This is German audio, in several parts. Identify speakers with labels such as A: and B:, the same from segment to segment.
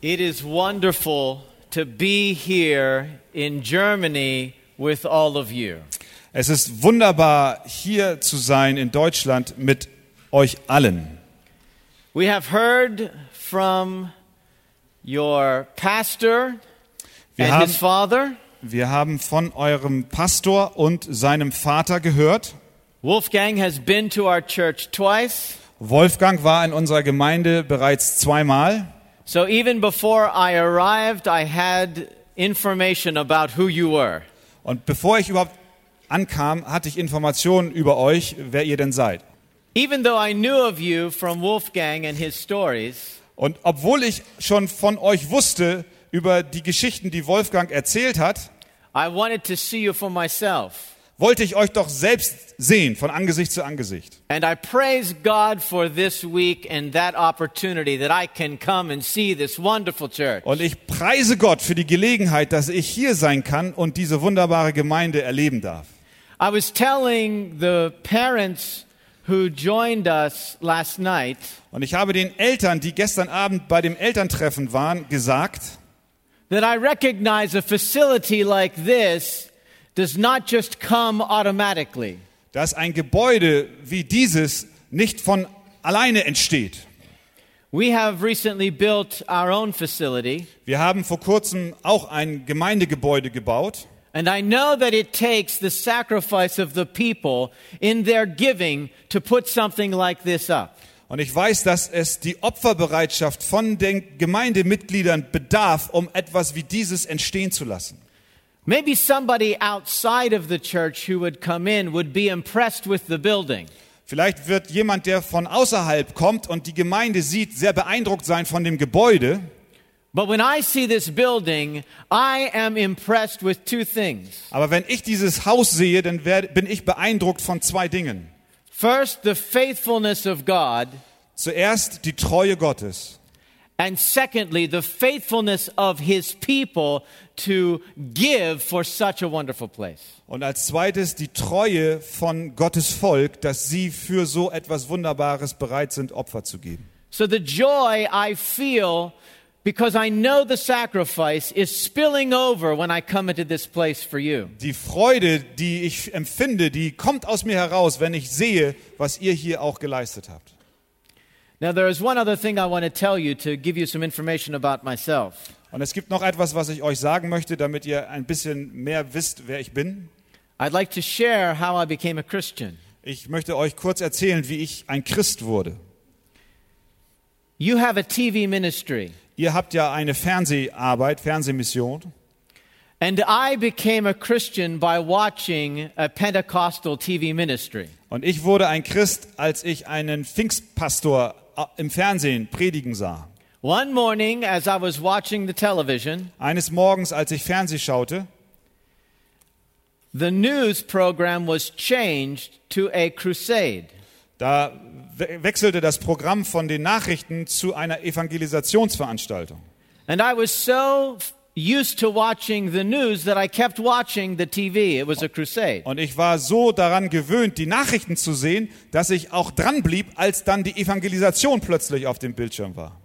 A: It is wonderful to be here in Germany with all of you.
B: Es ist wunderbar, hier zu sein in Deutschland mit euch allen.
A: We have heard from your pastor
B: Wir
A: and his
B: haben-
A: father,
B: Wir haben von eurem Pastor und seinem Vater gehört.
A: Wolfgang has been to our church twice.
B: Wolfgang war in unserer Gemeinde bereits zweimal.
A: So even before I arrived, I had information about who you were.
B: Und bevor ich überhaupt ankam, hatte ich Informationen über euch, wer ihr denn seid.
A: Even though I knew of you from Wolfgang and his stories,
B: Und obwohl ich schon von euch wusste über die Geschichten, die Wolfgang erzählt hat,
A: I wanted to see you for myself.
B: wollte ich euch doch selbst sehen, von Angesicht zu Angesicht.
A: And I praise God for this week and that opportunity that I can come and see this wonderful church.
B: Und ich preise Gott für die Gelegenheit, dass ich hier sein kann und diese wunderbare Gemeinde erleben darf.
A: I was telling the parents who joined us last night
B: Und ich habe den Eltern, die gestern Abend bei dem Elterntreffen waren, gesagt,
A: that I recognize a facility like this does not just come automatically.
B: dass ein Gebäude wie dieses nicht von alleine entsteht.
A: We have recently built our own facility,
B: Wir haben vor kurzem auch ein Gemeindegebäude gebaut.
A: and I know that it takes the sacrifice of the people in their giving to put something like this up.
B: Und ich weiß, dass es die Opferbereitschaft von den Gemeindemitgliedern bedarf, um etwas wie dieses entstehen zu lassen.
A: Maybe somebody outside of the church who would come in would be impressed with the building.
B: Vielleicht wird jemand, der von außerhalb kommt und die Gemeinde sieht, sehr beeindruckt sein von dem Gebäude.
A: But when I see this building, I am impressed with two things.
B: Aber wenn ich dieses Haus sehe, dann werd, bin ich beeindruckt von zwei Dingen.
A: First, the faithfulness of God,
B: Zuerst die Treue Gottes
A: and secondly, the faithfulness of his people to give for such a wonderful place.
B: und als zweites die Treue von Gottes Volk, dass sie für so etwas Wunderbares bereit sind, Opfer zu geben.
A: So the joy I feel because I know the sacrifice is spilling over when I come into this place for you.
B: Die Freude, die ich empfinde, die kommt aus mir heraus, wenn ich sehe, was ihr hier auch geleistet habt.
A: Now, there is one other thing I want to tell you to give you some information about myself.
B: Und es gibt noch etwas, was ich euch sagen möchte, damit ihr ein bisschen mehr wisst, wer ich bin.
A: I'd like to share how I became a Christian.
B: Ich möchte euch kurz erzählen, wie ich ein Christ wurde.
A: You have a TV ministry,
B: Ihr habt ja eine Fernseharbeit, Fernsehmission.
A: and I became a Christian by watching a Pentecostal TV ministry.
B: Und ich wurde ein Christ, als ich einen Pfingstpastor äh, im Fernsehen predigen sah.
A: One morning, as I was watching the television,
B: Eines Morgens, als ich Fernseh schaute,
A: the news program was changed to a crusade.
B: da we wechselte das Programm von den Nachrichten zu einer Evangelisationsveranstaltung.
A: And I was so f- used to watching the news that I kept watching the TV. It was a crusade.
B: Und ich war so daran gewöhnt, die Nachrichten zu sehen, dass ich auch dran blieb, als dann die Evangelisation plötzlich auf dem Bildschirm war.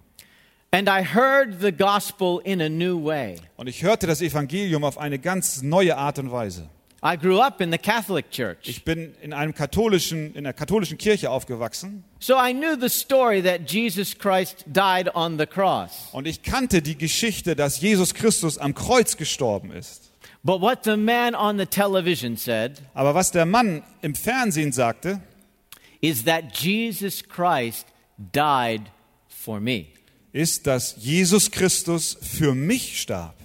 A: And I heard the gospel in a new way.
B: Und ich hörte das Evangelium auf eine ganz neue Art und Weise.
A: I grew up in the Catholic Church.
B: Ich bin in einem katholischen, in einer katholischen Kirche aufgewachsen
A: So I knew the story that Jesus Christ died on the cross.
B: und ich kannte die Geschichte, dass Jesus Christus am Kreuz gestorben ist.
A: But what the man on the television said
B: Aber was der Mann im Fernsehen sagte,
A: is that Jesus Christ died for me.
B: ist, dass Jesus Christus für mich starb.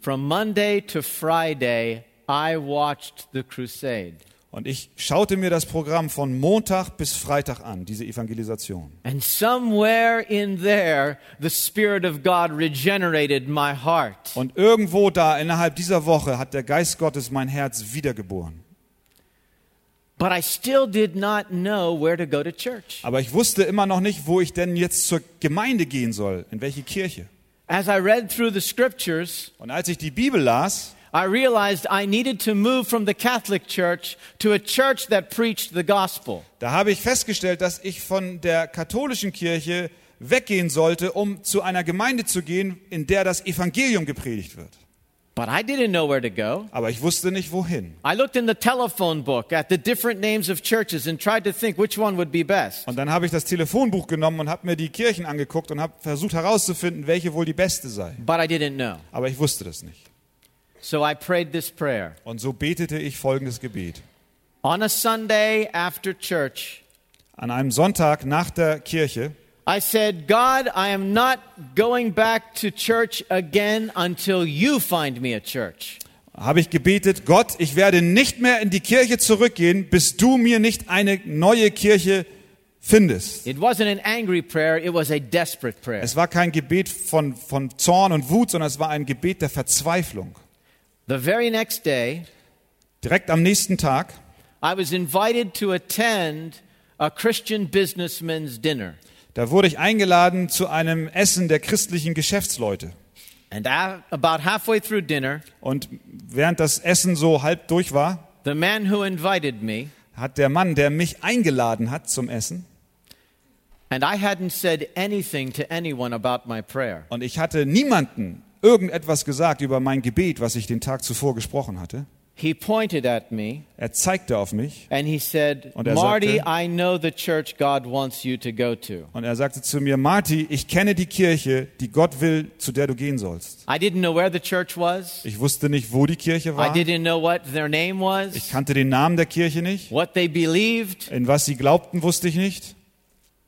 A: From Monday to Friday, I watched the crusade.
B: Und ich schaute mir das Programm von Montag bis Freitag an, diese Evangelisation.
A: And somewhere in there, the Spirit of God regenerated my heart.
B: Und irgendwo da innerhalb dieser Woche hat der Geist Gottes mein Herz wiedergeboren.
A: But I still did not know where to go to church.
B: Aber ich wusste immer noch nicht, wo ich denn jetzt zur Gemeinde gehen soll, in welche Kirche.
A: As I read through the scriptures,
B: Und als ich die Bibel las,
A: I realized I needed to move from the Catholic Church to a church that preached the gospel.
B: Da habe ich festgestellt, dass ich von der katholischen Kirche weggehen sollte, um zu einer Gemeinde zu gehen, in der das Evangelium gepredigt wird.
A: But I didn't know where to go.
B: Aber ich wusste nicht wohin.
A: I looked in the telephone book at the different names of churches and tried to think which one would be best.
B: Und dann habe ich das Telefonbuch genommen und habe mir die Kirchen angeguckt und habe versucht herauszufinden, welche wohl die beste sei.
A: But I didn't know.
B: Aber ich wusste das nicht.
A: So I prayed this prayer.
B: Und so betete ich folgendes Gebet.
A: On a Sunday after church,
B: An einem Sonntag nach der Kirche
A: I said, God, I am not going back to church again until you find me a church.
B: habe ich gebetet, Gott, ich werde nicht mehr in die Kirche zurückgehen, bis du mir nicht eine neue Kirche findest.
A: It wasn't an angry prayer, it was a desperate prayer.
B: Es war kein Gebet von, von Zorn und Wut, sondern es war ein Gebet der Verzweiflung.
A: The very next day,
B: Direkt am nächsten Tag
A: I was invited to attend a Christian businessman's dinner.
B: Da wurde ich eingeladen zu einem Essen der christlichen Geschäftsleute.
A: And a- about halfway through dinner,
B: Und während das Essen so halb durch war,
A: the man who invited me,
B: hat der Mann, der mich eingeladen hat zum Essen,
A: and I hadn't said anything to anyone about my prayer,
B: und ich hatte niemanden irgendetwas gesagt über mein Gebet, was ich den Tag zuvor gesprochen hatte.
A: he pointed at me
B: Er zeigte auf mich
A: and he said,
B: Und er
A: Marty,
B: sagte-
A: I know the church God wants you to go to.
B: und er sagte zu mir, Marty, ich kenne die Kirche, die Gott will, zu der du gehen sollst.
A: I didn't know where the church was.
B: Ich wusste nicht, wo die Kirche
A: I
B: war.
A: didn't know what their name
B: Ich
A: was,
B: kannte den Namen der Kirche nicht.
A: what they believed,
B: In was sie glaubten, wusste ich nicht.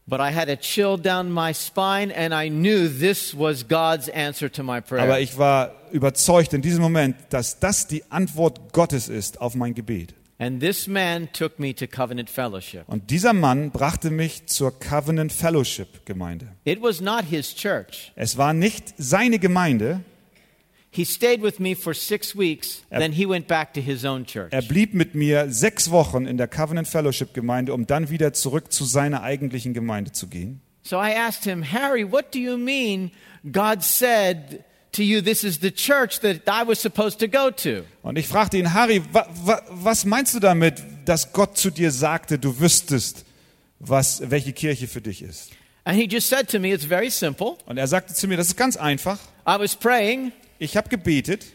A: but I had a chill down my spine and I knew this was God's answer to my prayer.
B: Aber ich war überzeugt in diesem Moment, dass das die Antwort Gottes ist auf mein Gebet.
A: And this man took me to covenant fellowship.
B: Und dieser Mann brachte mich zur Covenant Fellowship Gemeinde.
A: It was not his church.
B: Es war nicht seine Gemeinde.
A: He stayed with me for six weeks,
B: Er-
A: then he went back to his own church.
B: Er blieb mit mir sechs Wochen in der Covenant Fellowship Gemeinde, um dann wieder zurück zu seiner eigentlichen Gemeinde zu gehen.
A: so I asked him, Harry, what do you mean God said to you this is the church that I was supposed to go to?
B: Und ich fragte ihn, Harry, wa, wa, was meinst du damit, dass Gott zu dir sagte, du wüsstest, was, welche Kirche für dich ist?
A: And he just said to me, it's very simple.
B: Und er sagte zu mir, das ist ganz einfach.
A: I was praying
B: Ich habe gebetet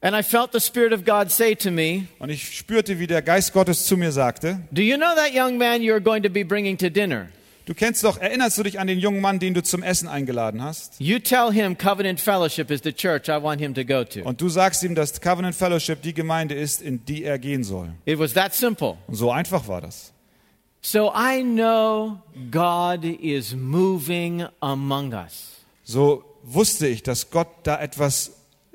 A: and I felt the Spirit of God say to me,
B: Und ich spürte, wie der Geist Gottes zu mir sagte,
A: Do you know that young man you're going to be bringing to dinner?
B: du kennst doch, erinnerst du dich an den jungen Mann, den du zum Essen eingeladen hast?
A: You tell him covenant fellowship is the church I want him to go to.
B: Und du sagst ihm, dass Covenant Fellowship die Gemeinde ist, in die er gehen soll.
A: It was that simple.
B: Und so einfach war das.
A: So I know God is moving among us.
B: So wusste ich, dass Gott da etwas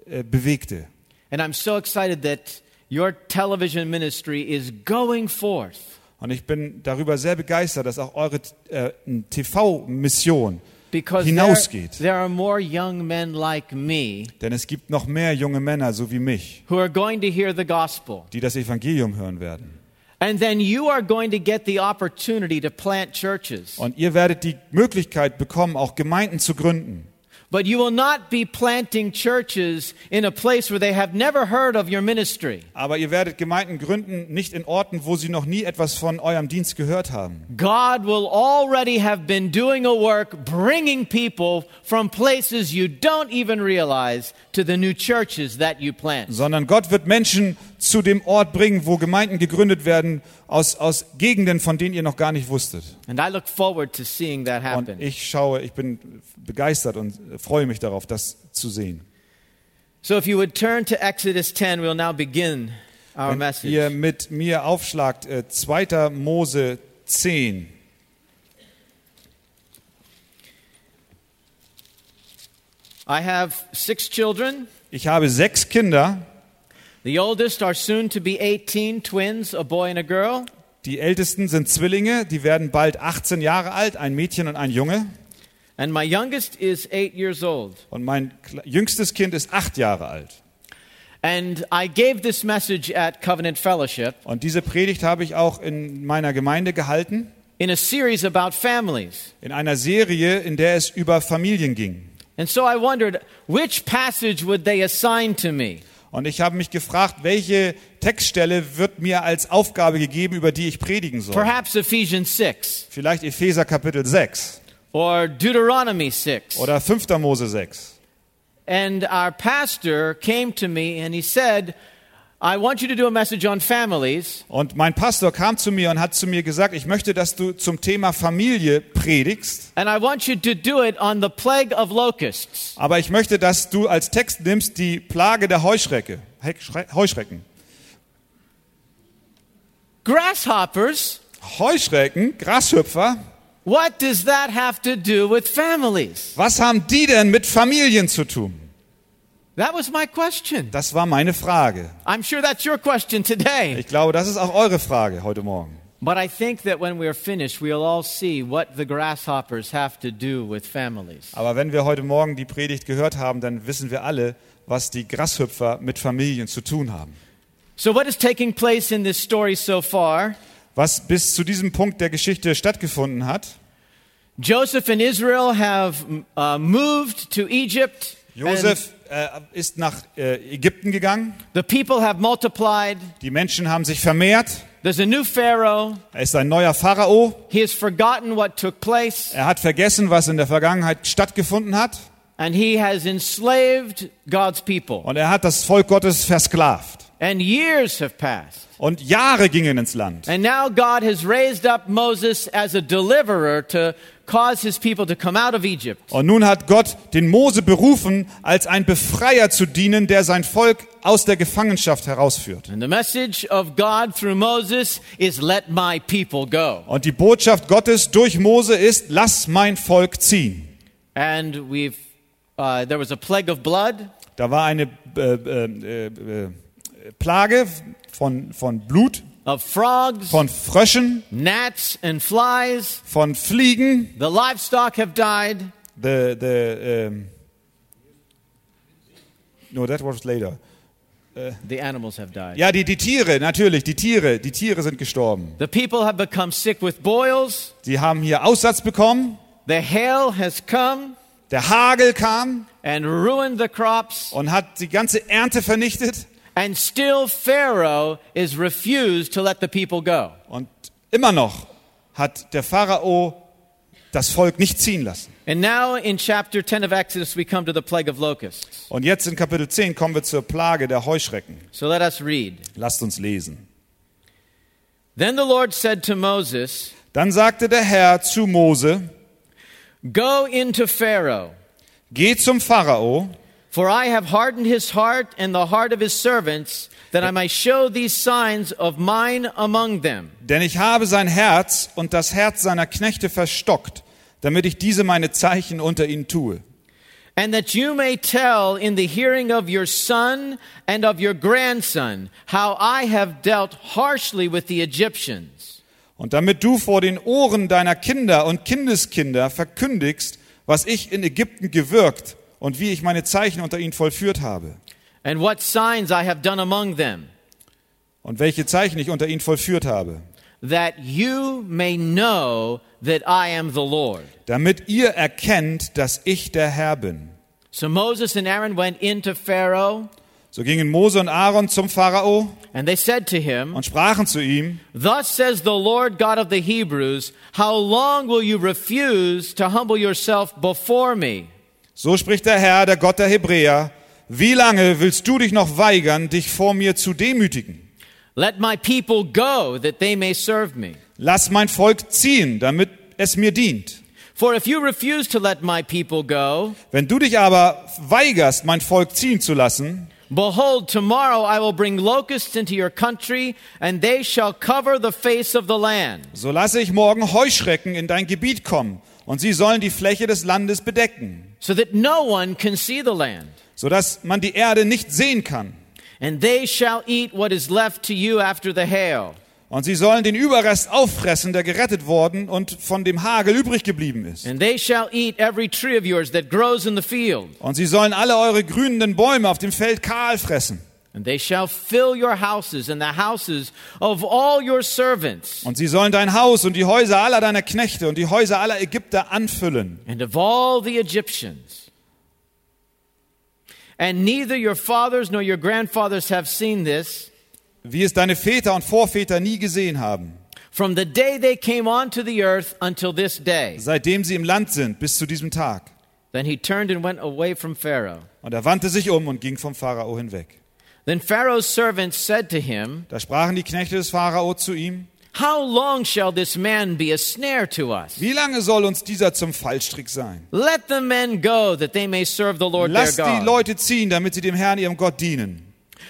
B: äh, bewegte.
A: And I'm so excited that your television ministry is going forth
B: Und ich bin darüber sehr begeistert, dass auch eure äh, TV-Mission
A: because there,
B: hinausgeht.
A: there are more young men like me
B: Denn es gibt noch mehr junge Männer, so wie mich,
A: who are going to hear the gospel.
B: die das Evangelium hören werden.
A: And then you are going to get the opportunity to plant churches.
B: Und ihr werdet die Möglichkeit bekommen, auch Gemeinden zu gründen.
A: But you will not be planting churches in a place where they have never heard of your ministry.
B: Aber ihr werdet Gemeinden gründen, nicht in Orten, wo sie noch nie etwas von eurem Dienst gehört haben.
A: God will already have been doing a work bringing people from places you don't even realize to the new churches that you plant.
B: Sondern Gott wird Menschen zu dem Ort bringen, wo Gemeinden gegründet werden, aus, aus Gegenden, von denen ihr noch gar nicht wusstet.
A: And I look forward to seeing that
B: Und
A: happen.
B: ich schaue, ich bin begeistert und äh, freue mich darauf, das zu sehen.
A: So if you would turn to Exodus 10, we'll now begin our
B: Wenn ihr
A: message.
B: mit mir aufschlagt, äh, 2. Mose 10.
A: I have six children.
B: Ich habe sechs Kinder.
A: The oldest are soon to be 18, twins, a boy and a girl.
B: Die Ältesten sind Zwillinge, die werden bald 18 Jahre alt, ein Mädchen und ein Junge.
A: And my youngest is eight years old.
B: Und mein kle- jüngstes Kind ist acht Jahre alt.
A: And I gave this message at Covenant Fellowship
B: Und diese Predigt habe ich auch in meiner Gemeinde gehalten,
A: in a series about families.
B: in einer Serie, in der es über Familien ging.
A: And so I wondered, which passage would they assign to me?
B: Und ich habe mich gefragt, welche Textstelle wird mir als Aufgabe gegeben, über die ich predigen soll?
A: Perhaps Ephesians 6,
B: Vielleicht Epheser Kapitel 6
A: or Deuteronomy 6.
B: oder 5. Mose 6.
A: And our pastor came to me and he said, I want you to do a message on families.
B: Und mein Pastor kam zu mir und hat zu mir gesagt, ich möchte, dass du zum Thema Familie predigst,
A: And I want you to do it on the plague of locusts.
B: aber ich möchte, dass du als Text nimmst die Plage der Heuschrecke, Heckschre- Heuschrecken.
A: Grasshoppers,
B: Heuschrecken, Grashüpfer,
A: what does that have to do with families?
B: was haben die denn mit Familien zu tun?
A: That was my question.
B: Das war meine Frage.
A: I'm sure that's your question today.
B: Ich glaube, das ist auch eure Frage heute Morgen.
A: But I think that when we are finished, we'll all see what the grasshoppers have to do with families.
B: Aber wenn wir heute Morgen die Predigt gehört haben, dann wissen wir alle, was die Grashüpfer mit Familien zu tun haben.
A: So, what is taking place in this story so far?
B: Was bis zu diesem Punkt der Geschichte stattgefunden hat,
A: Joseph and Israel have uh, moved to Egypt. and
B: Josef äh, ist nach äh, Ägypten gegangen.
A: The people have multiplied.
B: Die Menschen haben sich vermehrt.
A: There's a new Pharaoh.
B: Er ist ein neuer Pharao.
A: He has forgotten what took place,
B: Er hat vergessen, was in der Vergangenheit stattgefunden hat.
A: and he has enslaved God's people.
B: Und er hat das Volk Gottes versklavt.
A: And years have passed.
B: Und Jahre gingen ins Land.
A: And now God has raised up Moses as a deliverer to cause his people to come out of Egypt.
B: Und nun hat Gott den Mose berufen, als ein Befreier zu dienen, der sein Volk aus der Gefangenschaft herausführt.
A: And the message of God through Moses is let my people go.
B: Und die Botschaft Gottes durch Mose ist, lass mein Volk ziehen.
A: And we've uh, there was a plague of blood.
B: Da war eine äh, äh, äh, äh, Plage von, von Blut,
A: of frogs,
B: von Fröschen,
A: gnats, and flies.
B: von Fliegen,
A: The livestock have died.
B: the the um, no, that was later.
A: The animals have died.
B: Ja, die die Tiere natürlich, die Tiere, die Tiere sind gestorben.
A: The people have become sick with boils.
B: Sie haben hier Aussatz bekommen,
A: The hail has come
B: der Hagel kam
A: and ruined the crops.
B: und hat die ganze Ernte vernichtet
A: And still, Pharaoh is refused to let the people go.
B: und immer noch hat der Pharao das Volk nicht ziehen lassen.
A: And now, in chapter 10 of Exodus, we come to the plague of locusts.
B: Und jetzt in Kapitel 10 kommen wir zur Plage der Heuschrecken.
A: So let us read.
B: Lasst uns lesen.
A: Then the Lord said to Moses,
B: Dann sagte der Herr zu Mose:
A: Go into Pharaoh.
B: Geh zum Pharao,
A: For I have hardened his heart and the heart of his servants, that I might show these signs of mine among them.
B: Denn ich habe sein Herz und das Herz seiner Knechte verstockt, damit ich diese meine Zeichen unter ihnen tue.
A: And that you may tell in the hearing of your son and of your grandson how I have dealt harshly with the Egyptians.
B: Und damit du vor den Ohren deiner Kinder und Kindeskinder verkündigst, was ich in Ägypten gewirkt und wie ich meine Zeichen unter ihnen vollführt habe.
A: And what signs I have done among them,
B: Und welche Zeichen ich unter ihnen vollführt habe.
A: that you may know that I am the Lord.
B: Damit ihr erkennt, dass ich der Herr bin.
A: So Moses and Aaron went into Pharaoh,
B: So gingen Mose und Aaron zum Pharao
A: and they said to him,
B: und sprachen zu ihm,
A: Thus says the Lord God of the Hebrews, How long will you refuse to humble yourself before me?
B: So spricht der Herr, der Gott der Hebräer, wie lange willst du dich noch weigern, dich vor mir zu demütigen?
A: Let my people go that they may serve me.
B: Lass mein Volk ziehen, damit es mir dient.
A: For if you refuse to let my people go,
B: Wenn du dich aber weigerst, mein Volk ziehen zu lassen,
A: behold, tomorrow I will bring locusts into your country, and they shall cover the face of the land.
B: so lasse ich morgen Heuschrecken in dein Gebiet kommen, und sie sollen die Fläche des Landes bedecken,
A: so that no one can see the land.
B: sodass man die Erde nicht sehen kann.
A: And they shall eat what is left to you after the hail.
B: Und sie sollen den Überrest auffressen, der gerettet worden und von dem Hagel übrig geblieben ist.
A: And they shall eat every tree of yours that grows in the field.
B: Und sie sollen alle eure grünenden Bäume auf dem Feld kahl fressen.
A: And they shall fill your houses and the houses of all your servants
B: Und sie sollen dein Haus und die Häuser aller deiner Knechte und die Häuser aller Ägypter anfüllen.
A: and of all the Egyptians. And neither your fathers nor your grandfathers have seen this,
B: wie es deine Väter und Vorväter nie gesehen haben.
A: from the day they came onto the earth until this day.
B: seitdem sie im Land sind, bis zu diesem Tag.
A: Then he turned and went away from Pharaoh.
B: Und er wandte sich um und ging vom Pharao hinweg.
A: Then Pharaoh's servants said to him,
B: Da sprachen die Knechte des Pharao zu ihm,
A: How long shall this man be a snare to us?
B: wie lange soll uns dieser zum Fallstrick sein?
A: Let the men go that they may serve the Lord their
B: Lasst die
A: God.
B: Leute ziehen, damit sie dem Herrn, ihrem Gott, dienen.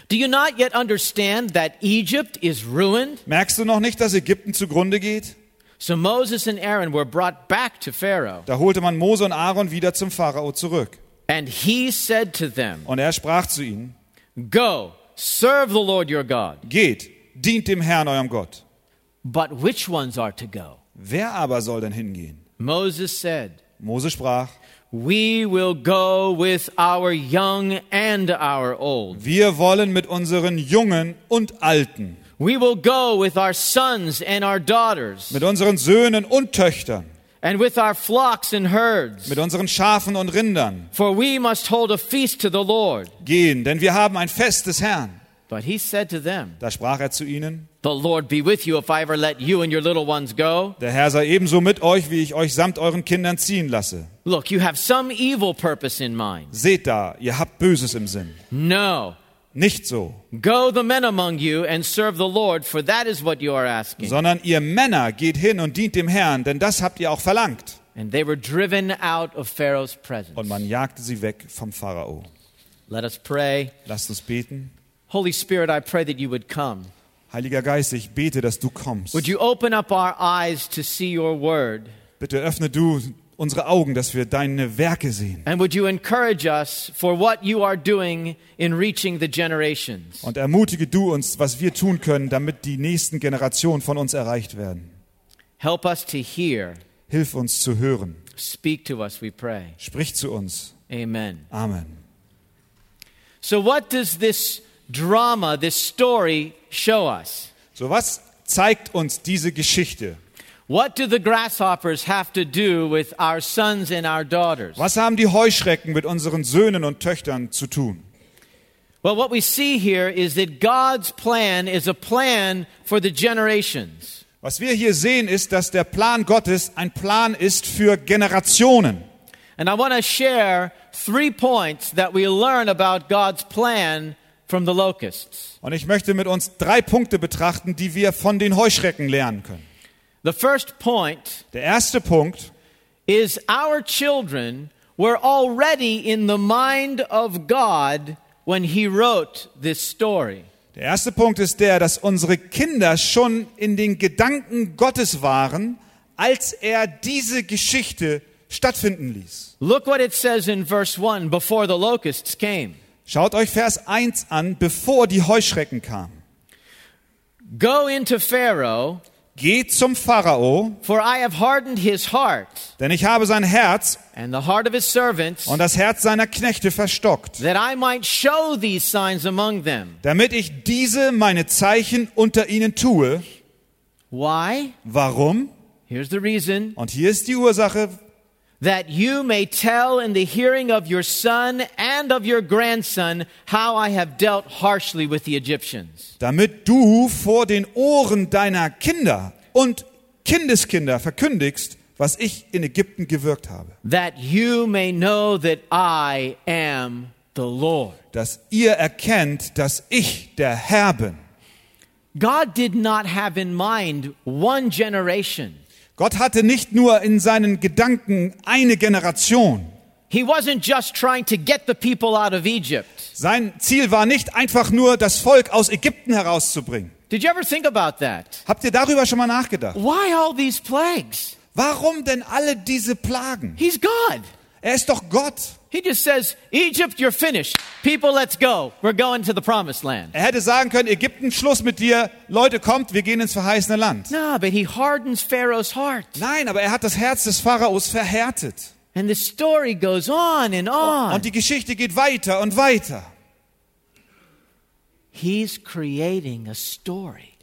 A: Do you not yet understand that Egypt is ruined?
B: Merkst du noch nicht, dass Ägypten zugrunde geht?
A: So Moses and Aaron were brought back to Pharaoh,
B: Da holte man Mose und Aaron wieder zum Pharao zurück.
A: and he said to them,
B: Und er sprach zu ihnen,
A: Go, serve the Lord your God.
B: geht, dient dem Herrn, eurem Gott.
A: But which ones are to go?
B: Wer aber soll denn hingehen?
A: Moses said,
B: Mose sprach,
A: We will go with our young and our old.
B: wir wollen mit unseren Jungen und Alten,
A: We will go with our sons and our daughters,
B: mit unseren Söhnen und Töchtern,
A: and with our flocks and herds.
B: mit unseren Schafen und Rindern
A: For we must hold a feast to the Lord.
B: gehen, denn wir haben ein Fest des Herrn.
A: But he said to them,
B: Da sprach er zu ihnen,
A: The Lord be with you if I ever let you and your little ones go.
B: der Herr sei ebenso mit euch, wie ich euch samt euren Kindern ziehen lasse.
A: Look, you have some evil purpose in mind.
B: Seht da, ihr habt Böses im Sinn.
A: No.
B: Nicht so,
A: Go the men among you and serve the Lord, for that is what you are asking.
B: sondern ihr Männer geht hin und dient dem Herrn, denn das habt ihr auch verlangt.
A: And they were driven out of Pharaoh's
B: Und
A: presence.
B: man jagte sie weg vom Pharao.
A: Let us pray.
B: Lasst uns beten.
A: Holy Spirit, I pray that you would come.
B: Heiliger Geist, ich bete, dass du kommst.
A: Would you open up our eyes to see your word?
B: Bitte öffne du unsere Augen, dass wir deine Werke sehen.
A: And would you encourage us for what you are doing in reaching the generations?
B: Und ermutige du uns, was wir tun können, damit die nächsten Generationen von uns erreicht werden.
A: Help us to hear.
B: Hilf uns zu hören.
A: Speak to us, we pray.
B: Sprich zu uns.
A: Amen.
B: Amen.
A: So, what does this drama, this story, show us?
B: So, was zeigt uns diese Geschichte?
A: What do the grasshoppers have to do with our sons and our daughters?
B: Was haben die Heuschrecken mit unseren Söhnen und Töchtern zu tun?
A: Well, what we see here is that God's plan is a plan for the generations.
B: Was wir hier sehen, ist, dass der Plan Gottes ein Plan ist für Generationen.
A: And I want to share three points that we learn about God's plan from the locusts.
B: Und ich möchte mit uns drei Punkte betrachten, die wir von den Heuschrecken lernen können.
A: The first point
B: Der erste Punkt,
A: is our children were already in the mind of God when he wrote this story.
B: der erste Punkt ist der, dass unsere Kinder schon in den Gedanken Gottes waren, als er diese Geschichte stattfinden ließ.
A: Look what it says in verse 1 before the locusts came.
B: Schaut euch Vers 1 an, bevor die Heuschrecken kamen.
A: Go into Pharaoh,
B: Geht zum Pharao,
A: for I have hardened his heart
B: denn ich habe sein Herz
A: and the heart of his servants,
B: und das Herz seiner Knechte verstockt,
A: that I might show these signs among them.
B: damit ich diese meine Zeichen unter ihnen tue.
A: Why?
B: Warum?
A: Here's the reason
B: Und hier ist die Ursache,
A: that you may tell in the hearing of your son and of your grandson how I have dealt harshly with the Egyptians.
B: damit du vor den Ohren deiner Kinder und Kindeskinder verkündigst, was ich in Ägypten gewirkt habe,
A: that you may know that I am the Lord.
B: dass ihr erkennt, dass ich der Herr bin.
A: God did not have in mind one generation.
B: Gott hatte nicht nur in seinen Gedanken eine Generation.
A: He wasn't just trying to get the people out of Egypt.
B: Sein Ziel war nicht einfach nur, das Volk aus Ägypten herauszubringen.
A: Did you ever think about that?
B: Habt ihr darüber schon mal nachgedacht?
A: Why all these plagues?
B: Warum denn alle diese Plagen?
A: He's God.
B: Er ist doch Gott.
A: He just says, Egypt, you're finished. People, let's go. We're going to the promised land.
B: Er hätte sagen können, Ägypten, Schluss mit dir. Leute, kommt, wir gehen ins verheißene Land.
A: No, but he hardens Pharaoh's heart.
B: Nein, aber er hat das Herz des Pharaos verhärtet.
A: And the story goes on and on.
B: Und die Geschichte geht weiter und weiter.
A: He's creating a story.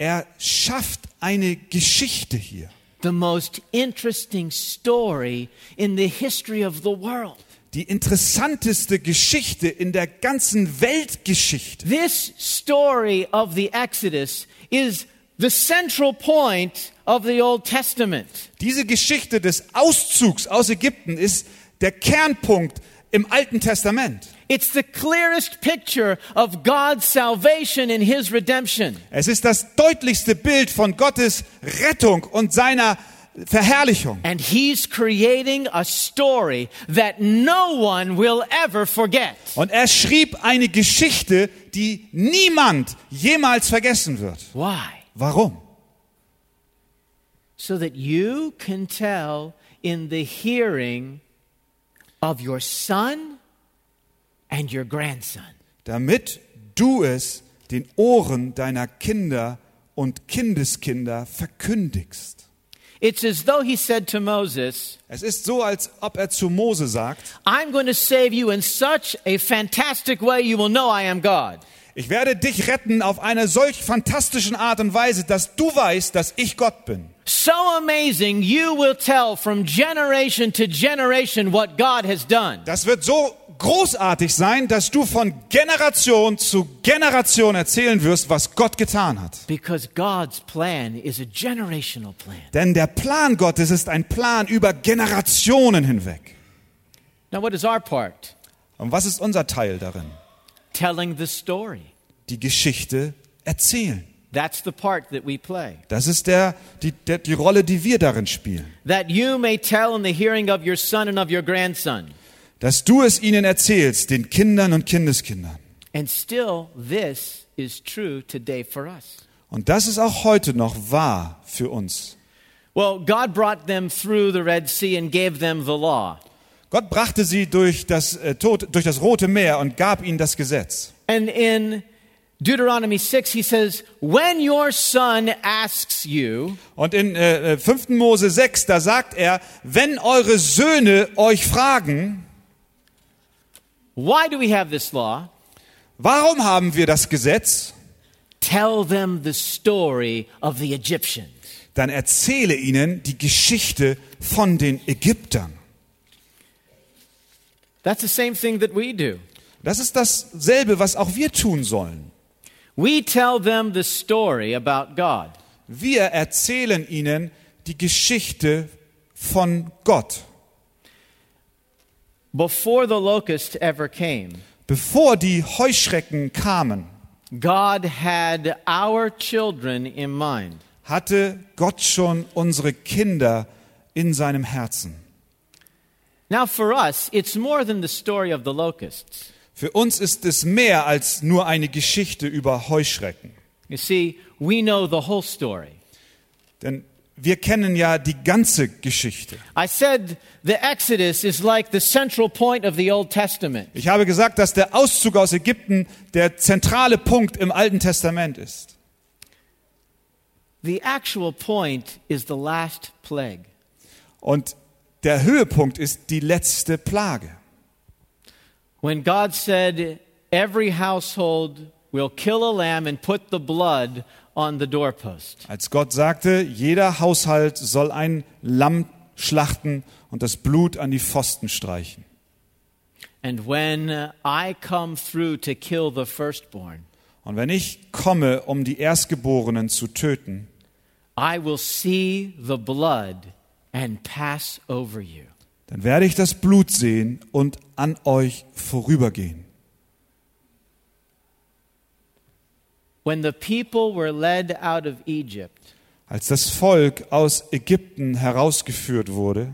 B: Er schafft eine Geschichte hier,
A: the most interesting story in the history of the world.
B: die interessanteste Geschichte in der ganzen Weltgeschichte.
A: This story of the Exodus is the central point of the Old Testament.
B: Diese Geschichte des Auszugs aus Ägypten ist der Kernpunkt im Alten Testament.
A: It's the clearest picture of God's salvation in His redemption.
B: Es ist das deutlichste Bild von Gottes Rettung und seiner Verherrlichung.
A: And He's creating a story that no one will ever forget.
B: Und er schrieb eine Geschichte, die niemand jemals vergessen wird.
A: Why?
B: Warum?
A: So that you can tell in the hearing of your son and your grandson.
B: Damit du es den Ohren deiner Kinder und Kindeskinder verkündigst.
A: It's as though He said to Moses,
B: Es ist so, als ob er zu Mose sagt,
A: I'm going to save you in such a fantastic way you will know I am God.
B: ich werde dich retten auf einer solch fantastischen Art und Weise, dass du weißt, dass ich Gott bin.
A: So amazing, you will tell from generation to generation what God has done.
B: Das wird so großartig sein, dass du von Generation zu Generation erzählen wirst, was Gott getan hat.
A: Because God's plan is a generational plan.
B: Denn der Plan Gottes ist ein Plan über Generationen hinweg.
A: Now, what is our part?
B: Und was ist unser Teil darin?
A: Telling the story.
B: Die Geschichte erzählen.
A: That's the part that we play.
B: Das ist der, die, der, die Rolle, die wir darin spielen.
A: That you may tell in the hearing of your son and of your grandson.
B: Dass du es ihnen erzählst, den Kindern und Kindeskindern.
A: And still, this is true today for us.
B: Und das ist auch heute noch wahr für uns.
A: Well, God brought them through the Red Sea and gave them the law.
B: Gott brachte sie durch das, äh, Tod, durch das Rote Meer und gab ihnen das Gesetz.
A: And in Deuteronomy 6, he says, When your son asks you,
B: Und in äh, äh, 5. Mose 6, da sagt er, wenn eure Söhne euch fragen,
A: Why do we have this law?
B: warum haben wir das Gesetz,
A: Tell them the story of the Egyptians.
B: dann erzähle ihnen die Geschichte von den Ägyptern.
A: That's the same thing that we do.
B: Das ist dasselbe, was auch wir tun sollen.
A: We tell them the story about God.
B: Wir erzählen ihnen die Geschichte von Gott,
A: Before the locust ever came,
B: bevor die Heuschrecken kamen.
A: God had our children in mind.
B: hatte Gott schon unsere Kinder in seinem Herzen.
A: Now, for us, it's more than the story of the locusts.
B: Für uns ist es mehr als nur eine Geschichte über Heuschrecken.
A: You see, we know the whole story.
B: Denn wir kennen ja die ganze Geschichte.
A: I said the Exodus is like the central point of the Old Testament.
B: Ich habe gesagt, dass der Auszug aus Ägypten der zentrale Punkt im Alten Testament ist.
A: The actual point is the last plague.
B: Und der Höhepunkt ist die letzte Plage.
A: When God said, Every household will kill a lamb and put the blood on the doorpost.
B: Als Gott sagte, jeder Haushalt soll ein Lamm schlachten und das Blut an die Pfosten streichen.
A: And when I come through to kill the firstborn,
B: Und wenn ich komme, um die Erstgeborenen zu töten,
A: I will see the blood and pass over you.
B: dann werde ich das Blut sehen und an euch vorübergehen.
A: When the people were led out of Egypt,
B: Als das Volk aus Ägypten herausgeführt wurde,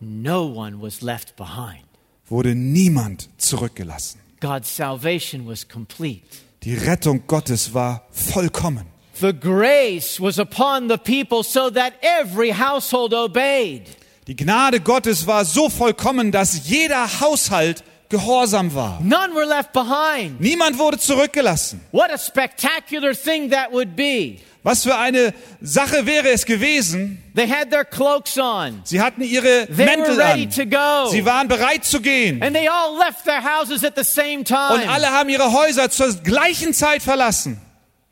A: no one was left behind.
B: wurde niemand zurückgelassen.
A: God's salvation was complete.
B: Die Rettung Gottes war vollkommen.
A: The grace was upon the people so that every household obeyed.
B: Die Gnade Gottes war so vollkommen, dass jeder Haushalt gehorsam war.
A: None were left behind.
B: Niemand wurde zurückgelassen.
A: What a spectacular thing that would be.
B: Was für eine Sache wäre es gewesen?
A: They had their cloaks on
B: Sie hatten ihre
A: They were
B: Mäntel
A: ready
B: an.
A: to go.
B: Sie waren bereit zu gehen.
A: and they all left their houses at the same
B: Und
A: time.
B: alle haben ihre Häuser zur gleichen Zeit verlassen.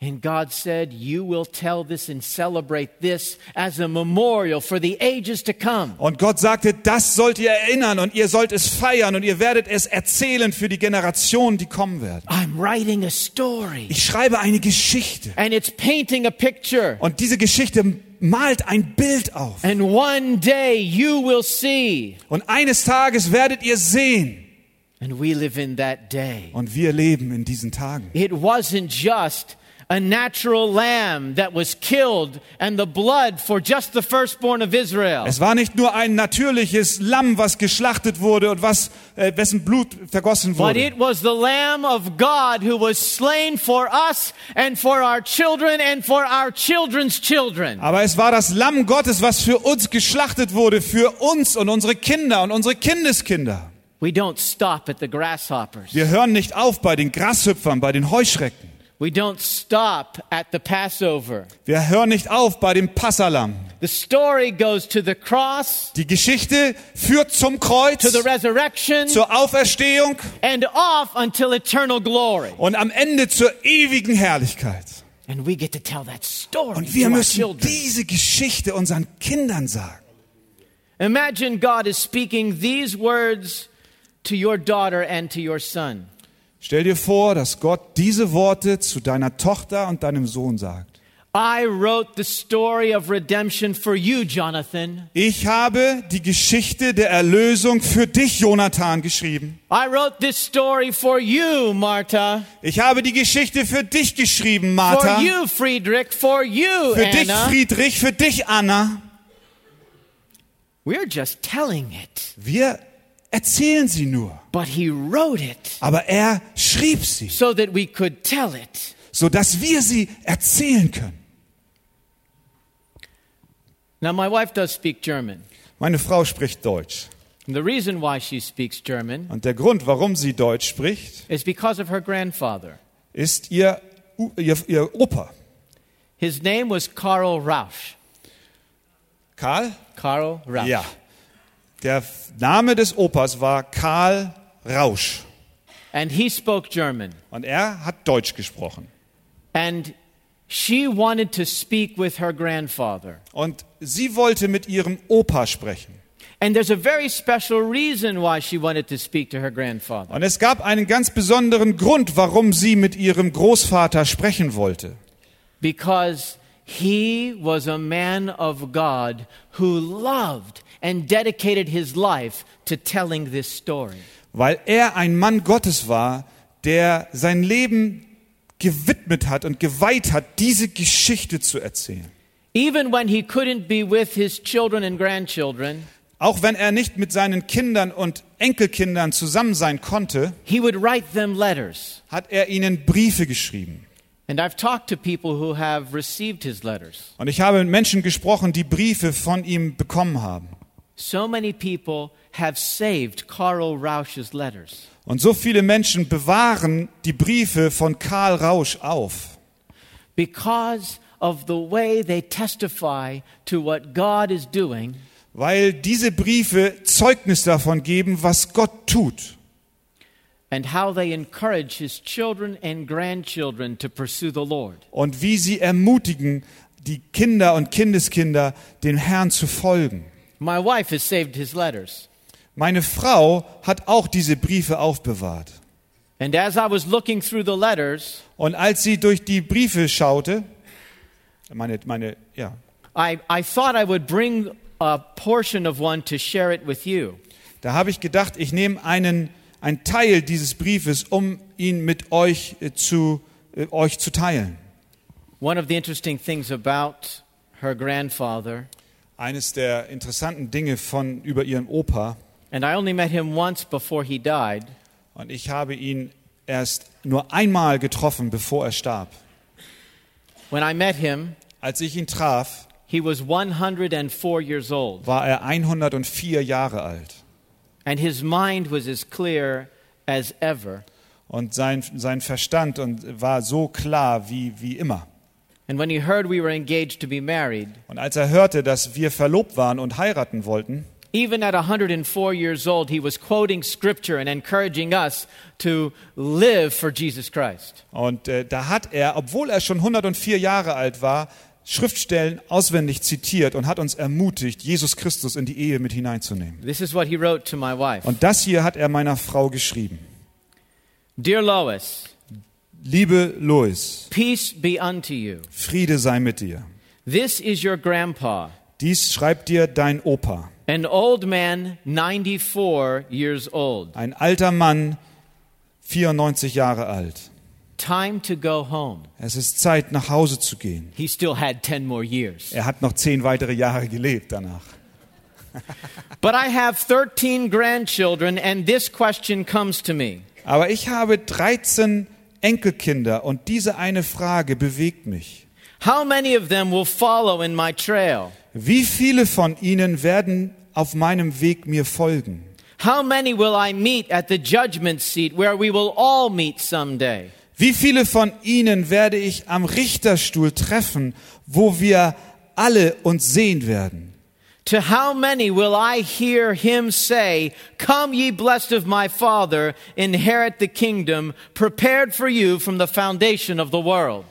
A: And God said, You will tell this and celebrate this as a memorial for the ages to come.
B: Und Gott sagte, das sollt ihr erinnern und ihr sollt es feiern und ihr werdet es erzählen für die Generationen, die kommen werden.
A: I'm writing a story,
B: Ich schreibe eine Geschichte
A: and it's painting a picture.
B: und diese Geschichte malt ein Bild auf.
A: And one day you will see.
B: Und eines Tages werdet ihr sehen
A: And we live in that day.
B: und wir leben in diesen Tagen.
A: It wasn't just a natural lamb that was killed and the blood for just the firstborn of Israel.
B: Es war nicht nur ein natürliches Lamm, was geschlachtet wurde und was äh, wessen Blut vergossen
A: But
B: wurde,
A: it was the Lamb of God who was slain for us and for our children and for our children's children.
B: aber es war das Lamm Gottes, was für uns geschlachtet wurde, für uns und unsere Kinder und unsere Kindeskinder.
A: We don't stop at the grasshoppers.
B: Wir hören nicht auf bei den Grashüpfern, bei den Heuschrecken.
A: We don't stop at the Passover.
B: Wir hören nicht auf bei dem Passalam.
A: The story goes to the cross,
B: Die Geschichte führt zum
A: to the
B: Kreuz,
A: resurrection,
B: zur Auferstehung
A: and off until eternal glory.
B: und am Ende zur ewigen Herrlichkeit.
A: And we get to tell that story
B: Und
A: to
B: wir
A: our
B: müssen
A: children.
B: diese Geschichte unseren Kindern sagen.
A: Imagine God is speaking these words to your daughter and to your son.
B: Stell dir vor, dass Gott diese Worte zu deiner Tochter und deinem Sohn sagt.
A: I wrote the story of redemption for you, Jonathan.
B: Ich habe die Geschichte der Erlösung für dich, Jonathan, geschrieben.
A: I wrote this story for you, Marta.
B: Ich habe die Geschichte für dich geschrieben, Martha.
A: For you, Friedrich. For you,
B: Für dich,
A: Anna.
B: Friedrich, für dich, Anna.
A: We're just telling it.
B: Wir erzählen sie nur.
A: But he wrote it
B: Aber er schrieb sie,
A: so that we could tell it.
B: sodass wir sie erzählen können.
A: Now, my wife does speak German.
B: Meine Frau spricht Deutsch.
A: And the reason why she speaks German
B: Und der Grund, warum sie Deutsch spricht,
A: is because of her grandfather.
B: ist ihr, ihr, ihr Opa.
A: His name was Karl Rausch.
B: Karl?
A: Karl Rausch.
B: Ja. Der F- Name des Opas war Karl Rausch.
A: And he spoke German.
B: Und er hat Deutsch gesprochen.
A: And she wanted to speak with her grandfather.
B: Und sie wollte mit ihrem Opa sprechen.
A: And there's a very special reason why she wanted to speak to her grandfather.
B: Und es gab einen ganz besonderen Grund, warum sie mit ihrem Großvater sprechen wollte.
A: Because he was a man of God who loved and dedicated his life to telling this story.
B: Weil er ein Mann Gottes war, der sein Leben gewidmet hat und geweiht hat, diese Geschichte zu erzählen.
A: Even when he couldn't be with his children and grandchildren,
B: Auch wenn er nicht mit seinen Kindern und Enkelkindern zusammen sein konnte,
A: he would write them letters.
B: hat er ihnen Briefe geschrieben.
A: And I've talked to people who have received his letters.
B: Und ich habe mit Menschen gesprochen, die Briefe von ihm bekommen haben.
A: So many people have saved Karl Rausch's letters.
B: Und so viele Menschen bewahren die Briefe von Karl Rausch auf,
A: because of the way they testify to what God is doing,
B: weil diese Briefe Zeugnis davon geben, was Gott tut
A: and how they encourage his children and grandchildren to pursue the Lord.
B: und wie sie ermutigen, die Kinder und Kindeskinder dem Herrn zu folgen.
A: My wife has saved his letters.
B: Meine Frau hat auch diese Briefe aufbewahrt.
A: And as I was looking through the letters,
B: Und als sie durch die Briefe schaute, meine, meine, ja,
A: I, I thought I would bring a portion of one to share it with you.
B: Da habe ich gedacht, ich nehme einen, einen Teil dieses Briefes, um ihn mit euch äh, zu, äh, euch zu teilen.
A: One of the interesting things about her grandfather,
B: Eines der interessanten Dinge von über ihren Opa,
A: and I only met him once before he died,
B: und ich habe ihn erst nur einmal getroffen, bevor er starb.
A: when I met him,
B: Als ich ihn traf,
A: he was 104 years old.
B: war er 104 Jahre alt.
A: And his mind was as clear as ever.
B: Und sein, sein Verstand und war so klar wie, wie immer.
A: And when he heard we were engaged to be married,
B: Und als er hörte, dass wir verlobt waren und heiraten wollten,
A: even at 104 years old, he was quoting scripture and encouraging us to live for Jesus Christ.
B: Und äh, da hat er, obwohl er schon 104 Jahre alt war, Schriftstellen auswendig zitiert und hat uns ermutigt, Jesus Christus in die Ehe mit hineinzunehmen.
A: This is what he wrote to my wife
B: Und das hier hat er meiner Frau geschrieben.
A: Dear Lois,
B: Liebe Lois,
A: peace be unto you.
B: Friede sei mit dir.
A: This is your grandpa,
B: Dies schreibt dir dein Opa,
A: an old man, 94 years old.
B: ein alter Mann, 94 Jahre alt.
A: Time to go home.
B: Es ist Zeit, nach Hause zu gehen.
A: He still had 10 more years.
B: Er hat noch zehn weitere Jahre gelebt danach.
A: But I have 13 grandchildren, and this question comes to me
B: Aber ich habe 13 Enkelkinder und diese eine Frage bewegt mich.
A: How many of them will follow in my trail?
B: Wie viele von ihnen werden auf meinem Weg mir folgen?
A: How many will I meet at the judgment seat where we will all meet someday?
B: Wie viele von ihnen werde ich am Richterstuhl treffen, wo wir alle uns sehen werden?
A: To how many will I hear him say, Come ye blessed of my Father, inherit the kingdom prepared for you from the foundation of the world?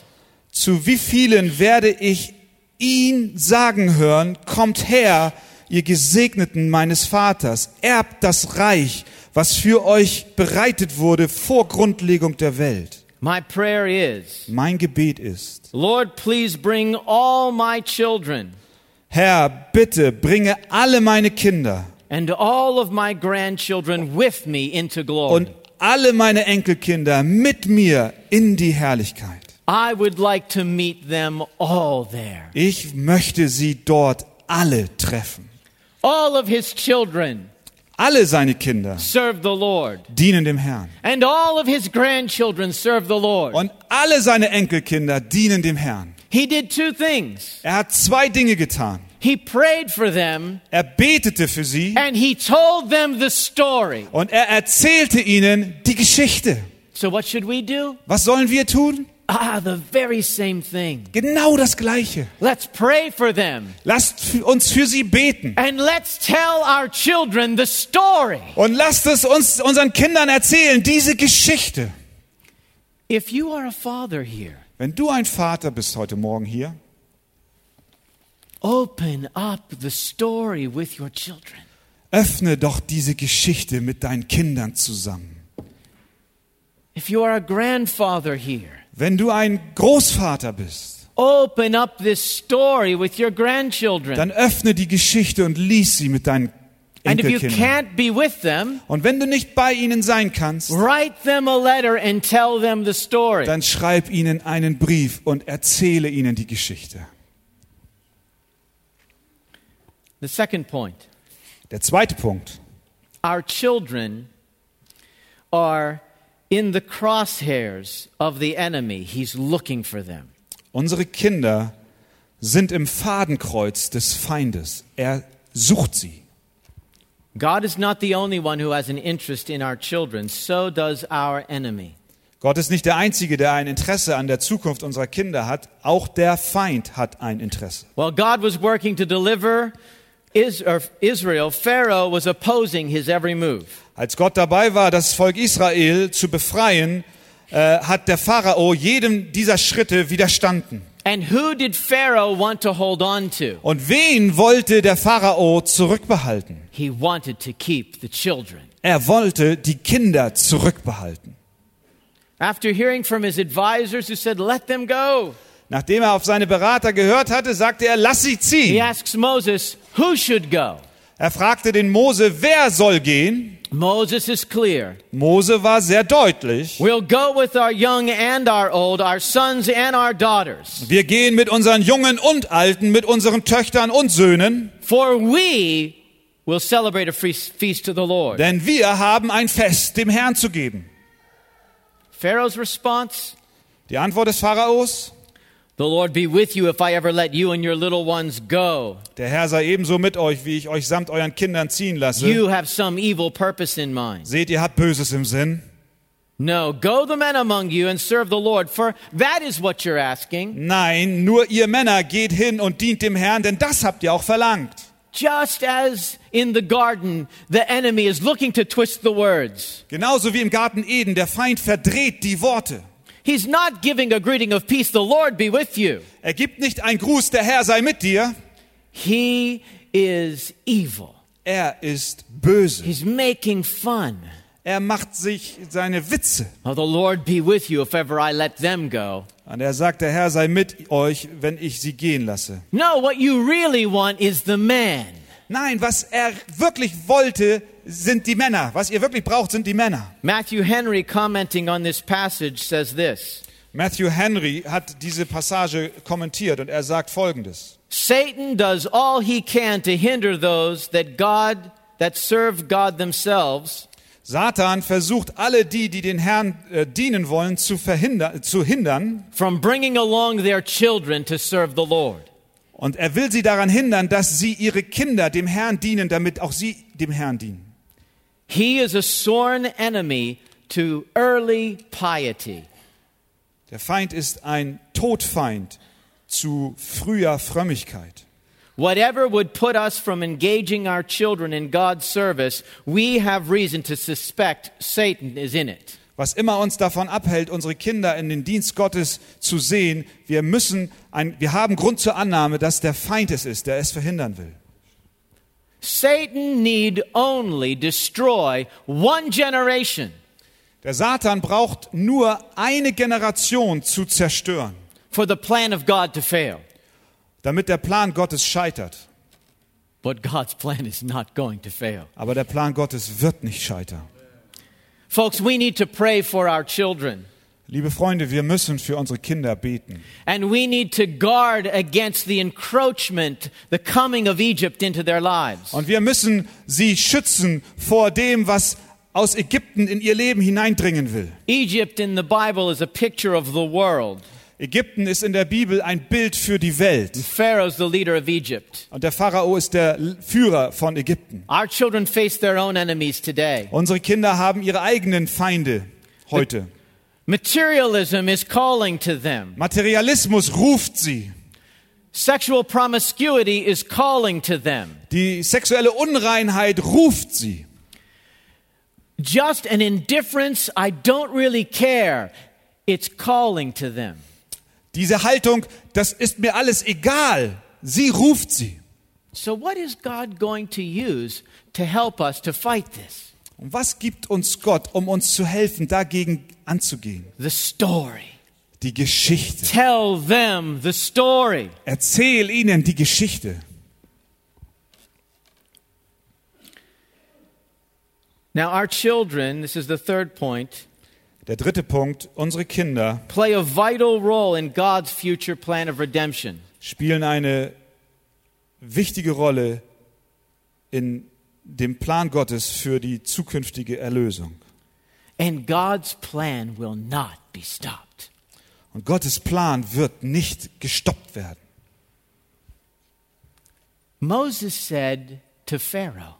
B: Zu wie vielen werde ich ihn sagen hören, kommt her, ihr Gesegneten meines Vaters, erbt das Reich, was für euch bereitet wurde vor Grundlegung der Welt.
A: My prayer is,
B: Mein Gebet ist,
A: Lord, please bring all my children
B: Herr, bitte bringe alle meine Kinder
A: and all of my grandchildren with me into glory.
B: und alle meine Enkelkinder mit mir in die Herrlichkeit.
A: I would like to meet them all there.
B: Ich möchte sie dort alle treffen.
A: All of his children
B: Alle seine Kinder
A: serve the Lord.
B: dienen dem Herrn.
A: And all of his grandchildren serve the Lord.
B: Und alle seine Enkelkinder dienen dem Herrn.
A: He did two things.
B: Er hat zwei Dinge getan.
A: He prayed for them
B: Er betete für sie
A: and he told them the story.
B: und er erzählte ihnen die Geschichte.
A: So what should we do?
B: Was sollen wir tun?
A: Ah, the very same thing.
B: Genau das Gleiche.
A: Let's pray for them
B: Lasst für uns für sie beten
A: and let's tell our children the story.
B: und lasst es uns unseren Kindern erzählen, diese Geschichte.
A: If you are a father here,
B: Wenn du ein Vater bist heute Morgen hier,
A: open up the story with your children.
B: öffne doch diese Geschichte mit deinen Kindern zusammen.
A: If you are a grandfather here,
B: Wenn du ein Großvater bist,
A: open up this story with your grandchildren.
B: dann öffne die Geschichte und lies sie mit deinen
A: and if you
B: Enkelkindern.
A: can't be with them,
B: Und wenn du nicht bei ihnen sein kannst,
A: Write them a letter and tell them the story.
B: dann schreib ihnen einen Brief und erzähle ihnen die Geschichte.
A: The second point
B: Der zweite Punkt.
A: our children are in the crosshairs of the enemy, he's looking for them.
B: Unsere Kinder sind im Fadenkreuz des Feindes. Er sucht sie.
A: God is not the only one who has an interest in our children, so does our enemy.
B: Gott ist nicht der Einzige, der ein Interesse an der Zukunft unserer Kinder hat. Auch der Feind hat ein Interesse.
A: While God was working to deliver Is- or Israel, Pharaoh was opposing his every move.
B: Als Gott dabei war, das Volk Israel zu befreien, äh, hat der Pharao jedem dieser Schritte widerstanden.
A: And who did Pharaoh want to hold on to?
B: Und wen wollte der Pharao zurückbehalten?
A: He wanted to keep the children.
B: Er wollte die Kinder zurückbehalten.
A: After hearing from his advisors who said, Let them go,
B: Nachdem er auf seine Berater gehört hatte, sagte er, lass sie
A: he
B: ziehen.
A: asks Moses, Who should go?
B: Er fragte den Mose, wer soll gehen?
A: Moses is clear.
B: Mose war sehr deutlich.
A: We'll go with our young and our old, our sons and our daughters.
B: Wir gehen mit unseren Jungen und Alten, mit unseren Töchtern und Söhnen,
A: For we will celebrate a free feast to the Lord.
B: denn wir haben ein Fest dem Herrn zu geben.
A: Pharaoh's response
B: Die Antwort des Pharaos,
A: The Lord be with you if I ever let you and your little ones go.
B: der Herr sei ebenso mit euch, wie ich euch samt euren Kindern ziehen lasse.
A: You have some evil purpose in mind.
B: Seht, ihr habt Böses im Sinn.
A: No, go the men among you and serve the Lord, for that is what you're asking.
B: Nein, nur ihr Männer geht hin und dient dem Herrn, denn das habt ihr auch verlangt.
A: Just as in the garden, the enemy is looking to twist the words.
B: Genauso wie im Garten Eden, der Feind verdreht die Worte.
A: He's not giving a greeting of peace, the Lord be with you.
B: Er gibt nicht einen Gruß, der Herr sei mit dir.
A: He is evil.
B: Er ist böse.
A: He's making fun.
B: Er macht sich seine Witze.
A: Oh, the Lord be with you if ever I let them go.
B: Und er sagt, der Herr sei mit euch, wenn ich sie gehen lasse.
A: No, what you really want is the man.
B: Nein, was er wirklich wollte, sind die Männer. Was ihr wirklich braucht, sind die Männer.
A: Matthew Henry, commenting on this passage, says this
B: Matthew Henry hat diese Passage kommentiert und er sagt folgendes.
A: Satan does all he can to hinder those that God, that serve God themselves,
B: Satan versucht alle die, die den Herrn äh, dienen wollen, zu, verhindern, zu hindern.
A: from bringing along their children to serve the Lord.
B: Und er will sie daran hindern, dass sie ihre Kinder dem Herrn dienen, damit auch sie dem Herrn dienen.
A: He is a sworn enemy to early piety.
B: Der Feind ist ein Todfeind zu früher Frömmigkeit.
A: Whatever would put us from engaging our children in God's service, we have reason to suspect Satan is in it.
B: Was immer uns davon abhält, unsere Kinder in den Dienst Gottes zu sehen, wir müssen, ein, wir haben Grund zur Annahme, dass der Feind es ist, der es verhindern will.
A: Satan need only destroy one generation
B: Der Satan braucht nur eine Generation zu zerstören,
A: for the plan of God to fail.
B: damit der Plan Gottes scheitert.
A: But God's plan is not going to fail.
B: Aber der Plan Gottes wird nicht scheitern.
A: Folks, we need to pray for our children
B: Liebe Freunde, wir müssen für unsere Kinder beten.
A: and we need to guard against the encroachment, the coming of Egypt into their lives.
B: Und wir müssen sie schützen vor dem, was aus Ägypten in ihr Leben hineindringen will.
A: Egypt in the Bible is a picture of the world.
B: Ägypten ist in der Bibel ein Bild für die Welt.
A: Pharaoh's the leader of Egypt.
B: Und der Pharao ist der L- Führer von Ägypten.
A: Our children face their own enemies today.
B: Unsere Kinder haben ihre eigenen Feinde heute.
A: Materialism is calling to them.
B: Materialismus ruft sie.
A: Sexual promiscuity is calling to them.
B: Die sexuelle Unreinheit ruft sie.
A: Just an indifference, I don't really care. It's calling to them.
B: Diese Haltung, das ist mir alles egal. Sie ruft sie.
A: So, what is God going to use to help us to fight this?
B: Und was gibt uns Gott, um uns zu helfen, dagegen anzugehen?
A: The story.
B: Die Geschichte.
A: Tell them the story.
B: Erzähl ihnen die Geschichte.
A: Now, our children, this is the third point,
B: Der dritte Punkt, unsere Kinder
A: play a vital role in God's future plan of redemption.
B: spielen eine wichtige Rolle in dem Plan Gottes für die zukünftige Erlösung.
A: And God's plan will not be stopped.
B: Und Gottes Plan wird nicht gestoppt werden.
A: Moses said to Pharaoh,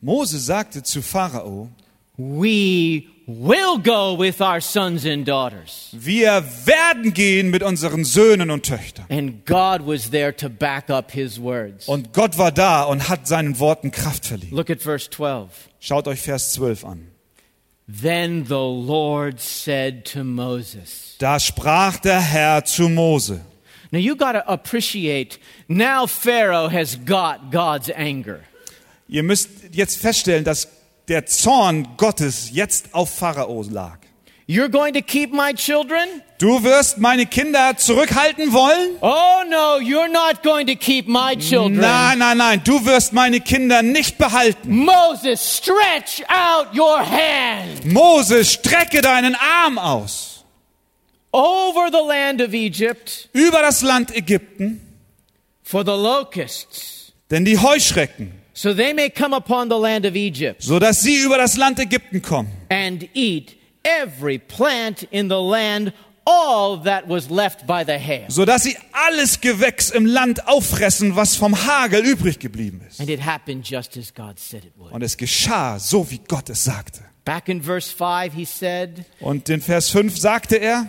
B: Mose sagte zu Pharao,
A: We will go with our sons and daughters.
B: wir werden gehen mit unseren Söhnen und Töchtern.
A: And God was there to back up his words.
B: Und Gott war da und hat seinen Worten Kraft verliehen.
A: Look at verse 12.
B: Schaut euch Vers 12 an.
A: Then the Lord said to Moses.
B: Da sprach der Herr zu Mose.
A: Now you got to appreciate now Pharaoh has got God's anger.
B: Ihr müsst jetzt feststellen, dass der Zorn Gottes jetzt auf Pharao lag.
A: You're going to keep my children?
B: Du wirst meine Kinder zurückhalten wollen?
A: Oh no, you're not going to keep my children.
B: Nein, nein, nein, du wirst meine Kinder nicht behalten.
A: Moses, stretch out your hand
B: Mose, strecke deinen Arm aus
A: over the land of Egypt
B: über das Land Ägypten,
A: for the locusts,
B: denn die Heuschrecken,
A: so they may come upon the land of Egypt
B: so dass sie über das Land Ägypten kommen
A: and eat every plant in the land, all that was left by the hail.
B: so dass sie alles Gewächs im Land auffressen, was vom Hagel übrig geblieben ist.
A: And it happened just as God said it would.
B: Und es geschah so, wie Gott es sagte.
A: Back in verse 5, he said,
B: Und in Vers 5 sagte er,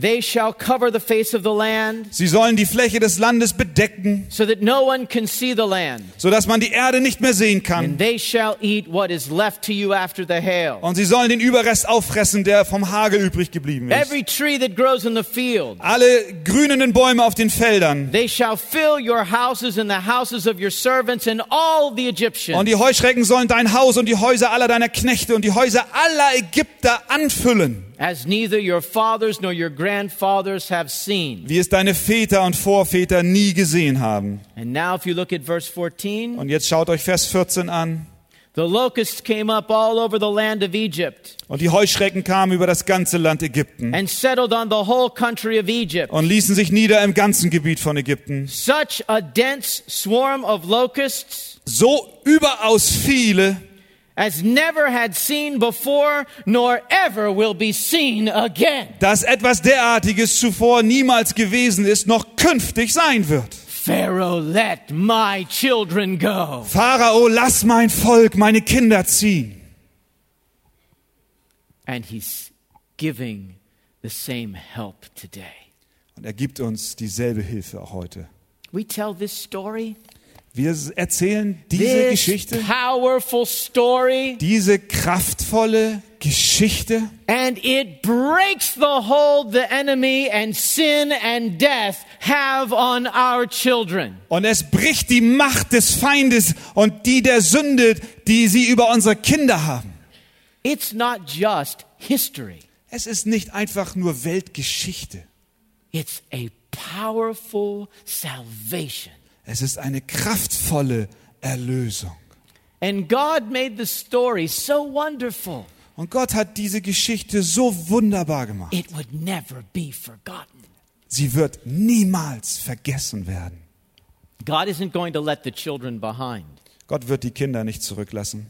A: They shall cover the face of the land
B: Sie sollen die Fläche des Landes bedecken,
A: so that no one can see the land.
B: sodass man die Erde nicht mehr sehen
A: And
B: kann.
A: they shall eat what is left to you after the hail.
B: Und sie sollen den Überrest auffressen, der vom Hagel übrig geblieben ist.
A: Every tree that grows in the field.
B: Alle grünenden Bäume auf den Feldern
A: They shall fill your houses and the houses of your servants and all the Egyptians.
B: und die Heuschrecken sollen dein Haus und die Häuser aller deiner Knechte und die Häuser aller Ägypter anfüllen,
A: as neither your fathers nor your grandfathers have seen.
B: wie es deine Väter und Vorväter nie gesehen haben.
A: And now, if you look at verse 14,
B: Und jetzt schaut euch Vers 14 an.
A: the locusts came up all over the land of Egypt
B: Und die Heuschrecken kamen über das ganze Land Ägypten
A: and settled on the whole country of Egypt.
B: und ließen sich nieder im ganzen Gebiet von Ägypten.
A: Such a dense swarm of locusts
B: So überaus viele,
A: as never had seen before, nor ever will be seen again.
B: dass etwas derartiges zuvor niemals gewesen ist, noch künftig sein wird.
A: Pharaoh, let my children go.
B: Pharao, lass mein Volk, meine Kinder ziehen.
A: And he's giving the same help today.
B: Und er gibt uns dieselbe Hilfe auch heute.
A: We tell this story,
B: Wir erzählen diese
A: this
B: Geschichte,
A: powerful story,
B: diese kraftvolle Geschichte.
A: and it breaks the hold the enemy and sin and death have on our children.
B: Und es bricht die Macht des Feindes und die der Sünde, die sie über unsere Kinder haben.
A: It's not just history,
B: Es ist nicht einfach nur Weltgeschichte.
A: it's a powerful salvation.
B: Es ist eine kraftvolle Erlösung.
A: And God made the story so wonderful,
B: Und Gott hat diese Geschichte so wunderbar gemacht.
A: it would never be forgotten.
B: Sie wird niemals vergessen werden.
A: God isn't going to let the children behind.
B: Gott wird die Kinder nicht zurücklassen.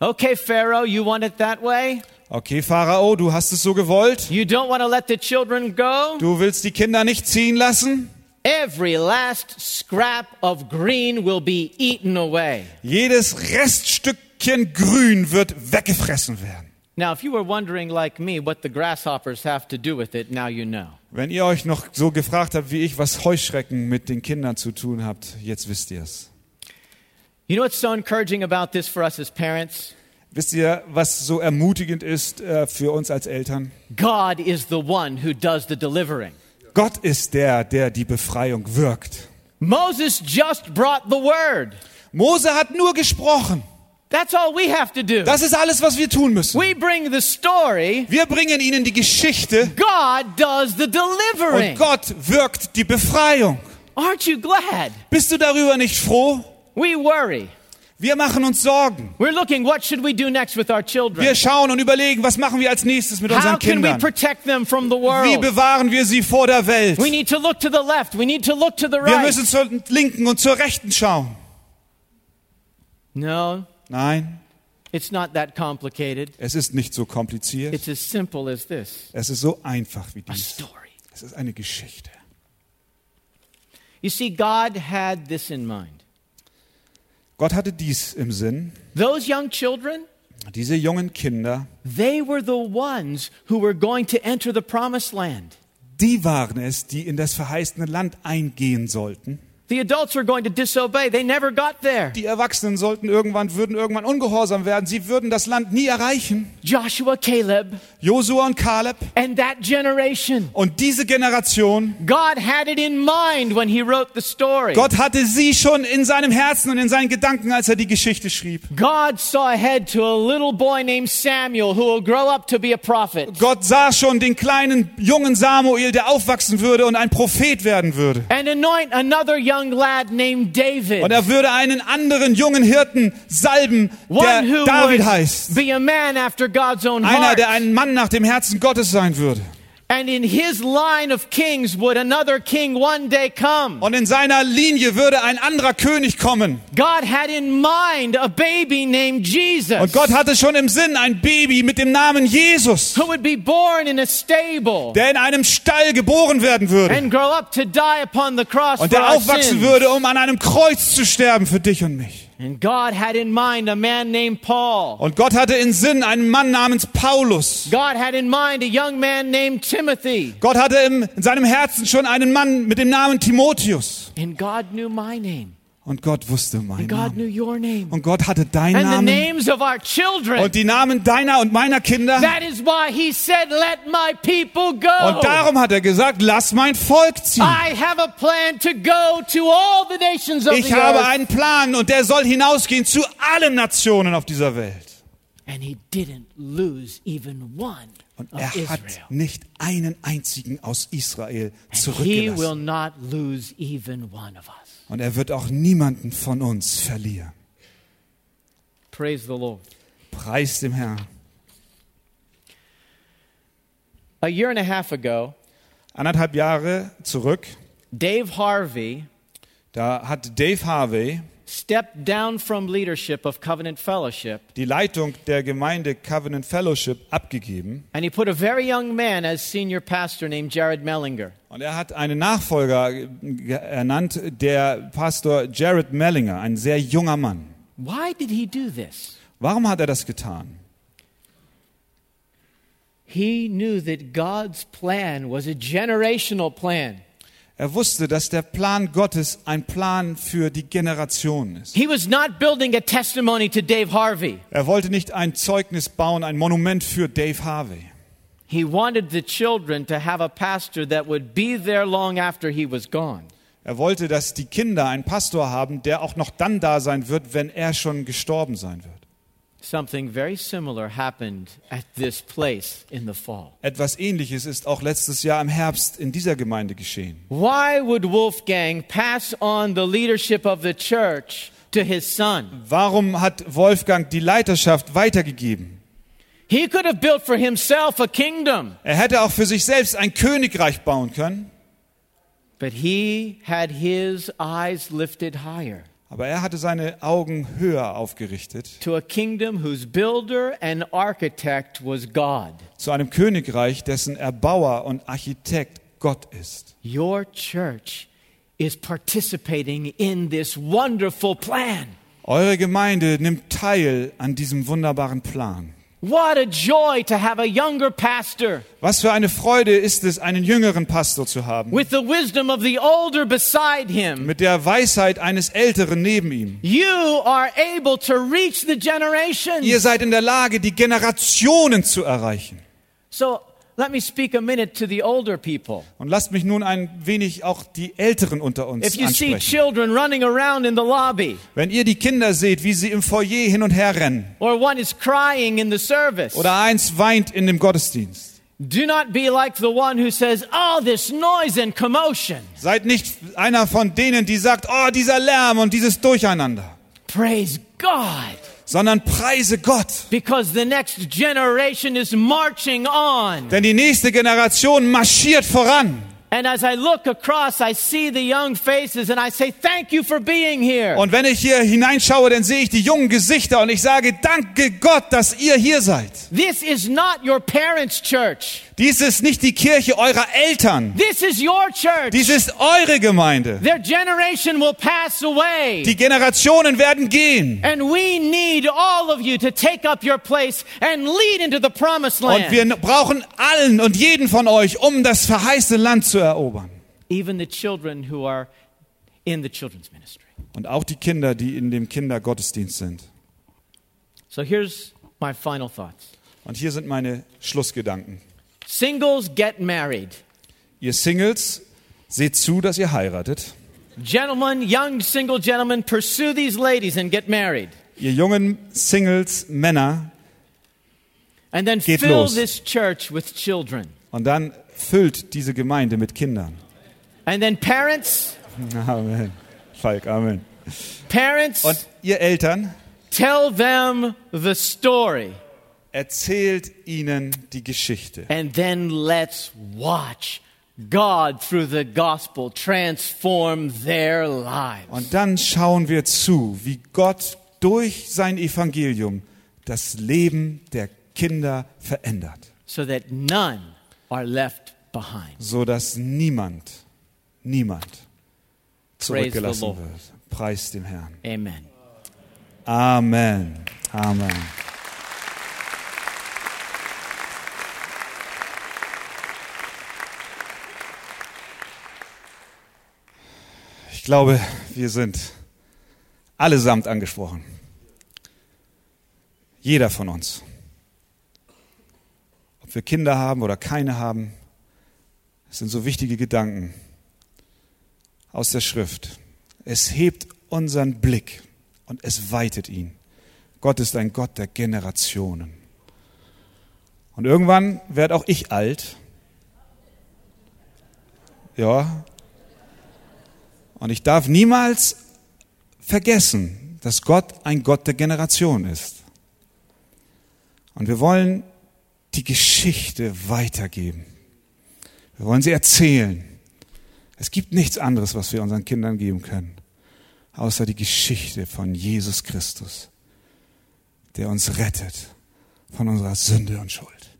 A: Okay, Pharaoh, you want it that way?
B: Okay, Pharao, du hast es so gewollt.
A: You don't want to let the children go?
B: Du willst die Kinder nicht ziehen lassen.
A: Every last scrap of green will be eaten away.
B: Jedes Reststückchen Grün wird weggefressen werden.
A: Now, if you were wondering, like me, what the grasshoppers have to do with it, now you know.
B: Wenn ihr euch noch so gefragt habt wie ich, was Heuschrecken mit den Kindern zu tun habt, jetzt wisst ihr es.
A: You know what's so encouraging about this for us as parents?
B: Wisst ihr, was so ermutigend ist äh, für uns als Eltern?
A: God is the one who does the delivering.
B: Gott ist der, der die Befreiung wirkt.
A: Moses just brought the word.
B: Mose hat nur gesprochen.
A: That's all we have to do.
B: Das ist alles, was wir tun müssen.
A: We bring the story,
B: Wir bringen ihnen die Geschichte
A: God does the
B: und
A: delivering.
B: Gott wirkt die Befreiung.
A: Aren't you glad?
B: Bist du darüber nicht froh?
A: We worry.
B: Wir machen uns Sorgen.
A: We're looking, what should we do next with our
B: Wir
A: children?
B: schauen und überlegen, was machen wir als nächstes mit
A: How
B: unseren
A: can we
B: Kindern?
A: protect them from the
B: Wie
A: world?
B: bewahren wir sie vor der Welt?
A: We need to look to the left. We need to look to the
B: Wir
A: right.
B: müssen zur linken und zur rechten schauen.
A: No,
B: Nein,
A: it's not that complicated.
B: es ist nicht so kompliziert.
A: It's as simple as this
B: Es ist so einfach wie
A: a
B: dies.
A: story.
B: Es ist eine Geschichte.
A: You see, God had this in mind.
B: Gott hatte dies im Sinn.
A: Those young children,
B: Diese jungen Kinder,
A: they were the ones who were going to enter the promised land.
B: die waren es, die in das verheißene Land eingehen sollten.
A: The adults were going to disobey. They never got there.
B: Die Erwachsenen sollten irgendwann, würden irgendwann ungehorsam werden. Sie würden das Land nie erreichen.
A: Joshua, Caleb,
B: Josua und Kaleb
A: and that generation.
B: und diese Generation,
A: God had it in mind when He wrote the story.
B: Gott hatte sie schon in seinem Herzen und in seinen Gedanken, als er die Geschichte schrieb.
A: God saw ahead to a little boy named Samuel who will grow up to be a prophet.
B: Gott sah schon den kleinen jungen Samuel, der aufwachsen würde und ein Prophet werden würde.
A: and anoint another young lad named David.
B: Und er würde einen anderen jungen Hirten salben,
A: one who
B: der David
A: would
B: heißt.
A: be a man after God's own
B: Einer,
A: heart.
B: der ein Mann nach dem Herzen Gottes sein würde.
A: and in his line of kings would another king one day come.
B: Und in seiner Linie würde ein anderer König kommen.
A: God had in mind a baby named Jesus
B: Und Gott hatte schon im Sinn ein Baby mit dem Namen Jesus,
A: who would be born in a stable
B: der in einem Stall geboren werden würde.
A: and grow up to die upon the cross for
B: Und der
A: our
B: aufwachsen
A: sins.
B: würde, um an einem Kreuz zu sterben für dich und mich.
A: And God had in mind a man named Paul.
B: Und Gott hatte in Sinn einen Mann namens Paulus.
A: God had in mind a young man named Timothy.
B: Gott hatte im, in seinem Herzen schon einen Mann mit dem Namen Timotheus.
A: And God knew my name.
B: Und Gott wusste meinen
A: And God knew
B: Namen.
A: your name.
B: Und Gott hatte deinen
A: And the
B: Namen
A: names of our children.
B: und die Namen deiner und meiner Kinder.
A: That is why he said, Let my people go.
B: Und darum hat er gesagt, lass mein Volk ziehen.
A: I have a plan to go to all the nations of
B: Ich
A: the
B: habe
A: earth.
B: einen Plan und der soll hinausgehen zu allen Nationen auf dieser Welt.
A: And he didn't lose even one
B: Und
A: of
B: er
A: Israel.
B: hat nicht einen einzigen aus Israel
A: He will
B: zurückgelassen.
A: not lose even one of us.
B: Und er wird auch niemanden von uns verlieren.
A: Praise the Lord.
B: Preis dem Herrn.
A: A year and a half ago,
B: Anderthalb Jahre zurück,
A: Dave Harvey
B: da hat Dave Harvey
A: stepped down from leadership of Covenant Fellowship
B: die Leitung der Gemeinde Covenant Fellowship abgegeben
A: and he put a very young man as senior pastor named Jared Mellinger.
B: und er hat einen Nachfolger ge- ernannt, der Pastor Jared Mellinger, ein sehr junger Mann.
A: Why did he do this?
B: Warum hat er das getan?
A: He knew that God's plan was a generational plan.
B: Er wusste, dass der Plan Gottes ein Plan für die Generation ist.
A: He was not building a testimony to Dave Harvey.
B: Er wollte nicht ein Zeugnis bauen, ein Monument für Dave Harvey.
A: He wanted the children to have a pastor that would be there long after he was gone.
B: Er wollte, dass die Kinder einen Pastor haben, der auch noch dann da sein wird, wenn er schon gestorben sein wird.
A: Something very similar happened at this place in the fall.
B: Etwas Ähnliches ist auch letztes Jahr im Herbst in dieser Gemeinde geschehen.
A: Why would Wolfgang pass on the leadership of the church to his son?
B: Warum hat Wolfgang die Leiterschaft weitergegeben?
A: He could have built for himself a kingdom,
B: Er hätte auch für sich selbst ein Königreich bauen können,
A: but he had his eyes lifted higher
B: aber er hatte seine Augen höher aufgerichtet
A: to a kingdom whose builder and architect was God.
B: zu einem Königreich, dessen Erbauer und Architekt Gott ist.
A: Your church is participating in this wonderful plan.
B: Eure Gemeinde nimmt teil an diesem wunderbaren Plan.
A: What a joy to have a younger pastor
B: Was für eine Freude ist es, einen jüngeren Pastor zu haben,
A: with the wisdom of the older beside him.
B: mit der Weisheit eines Älteren neben ihm.
A: You are able to reach the generation.
B: Ihr seid in der Lage, die Generationen zu erreichen.
A: So let me speak a minute to the older people.
B: Und lasst mich nun ein wenig auch die Älteren unter uns
A: If you see
B: ansprechen.
A: children running around in the lobby,
B: Wenn ihr die Kinder seht, wie sie im Foyer hin und her rennen,
A: or one is crying in the service,
B: oder eins weint in dem Gottesdienst,
A: do not be like the one who says, Oh, this noise and commotion.
B: seid nicht einer von denen, die sagt, oh, dieser Lärm und dieses Durcheinander,
A: Praise God.
B: sondern preise Gott.
A: Because the next generation is marching on.
B: Denn die nächste Generation marschiert voran.
A: And as I look across, I see the young faces and I say, Thank you for being here.
B: Und wenn ich hier hineinschaue, dann sehe ich die jungen Gesichter und ich sage, danke Gott, dass ihr hier seid.
A: This is not your parents' church.
B: Dies ist nicht die Kirche eurer Eltern.
A: This is your church.
B: Dies ist eure Gemeinde.
A: Their generation will pass away.
B: Die Generationen werden gehen.
A: and we need all of you to take up your place and lead into the promised
B: Und
A: land.
B: wir brauchen allen und jeden von euch, um das verheißene Land zu erobern.
A: Even the children who are in the children's ministry.
B: Und auch die Kinder, die in dem Kindergottesdienst sind.
A: So here's my final thoughts
B: Und hier sind meine Schlussgedanken.
A: Singles get married.
B: Ihr Singles, seht zu, dass ihr heiratet.
A: Gentlemen, young single gentlemen, pursue these ladies and get married.
B: Ihr jungen Singles, Männer,
A: And then
B: Geht
A: fill
B: los.
A: this church with children.
B: Und dann füllt diese Gemeinde mit Kindern.
A: And then parents,
B: Amen. Falk, Amen.
A: parents,
B: Und ihr Eltern,
A: tell them the story.
B: erzählt ihnen die Geschichte.
A: And then let's watch God through the gospel transform their lives.
B: Und dann schauen wir zu, wie Gott durch sein Evangelium das Leben der Kinder verändert,
A: So that none are left behind.
B: so dass niemand, niemand
A: Praise the
B: zurückgelassen
A: Lord.
B: wird. Preis dem Herrn.
A: Amen.
B: Amen. Amen. Ich glaube, wir sind allesamt angesprochen. Jeder von uns. Ob wir Kinder haben oder keine haben, es sind so wichtige Gedanken aus der Schrift. Es hebt unseren Blick und es weitet ihn. Gott ist ein Gott der Generationen. Und irgendwann werde auch ich alt. Ja. Und ich darf niemals vergessen, dass Gott ein Gott der Generationen ist. Und wir wollen die Geschichte weitergeben. Wir wollen sie erzählen. Es gibt nichts anderes, was wir unseren Kindern geben können, außer die Geschichte von Jesus Christus, der uns rettet von unserer Sünde und Schuld.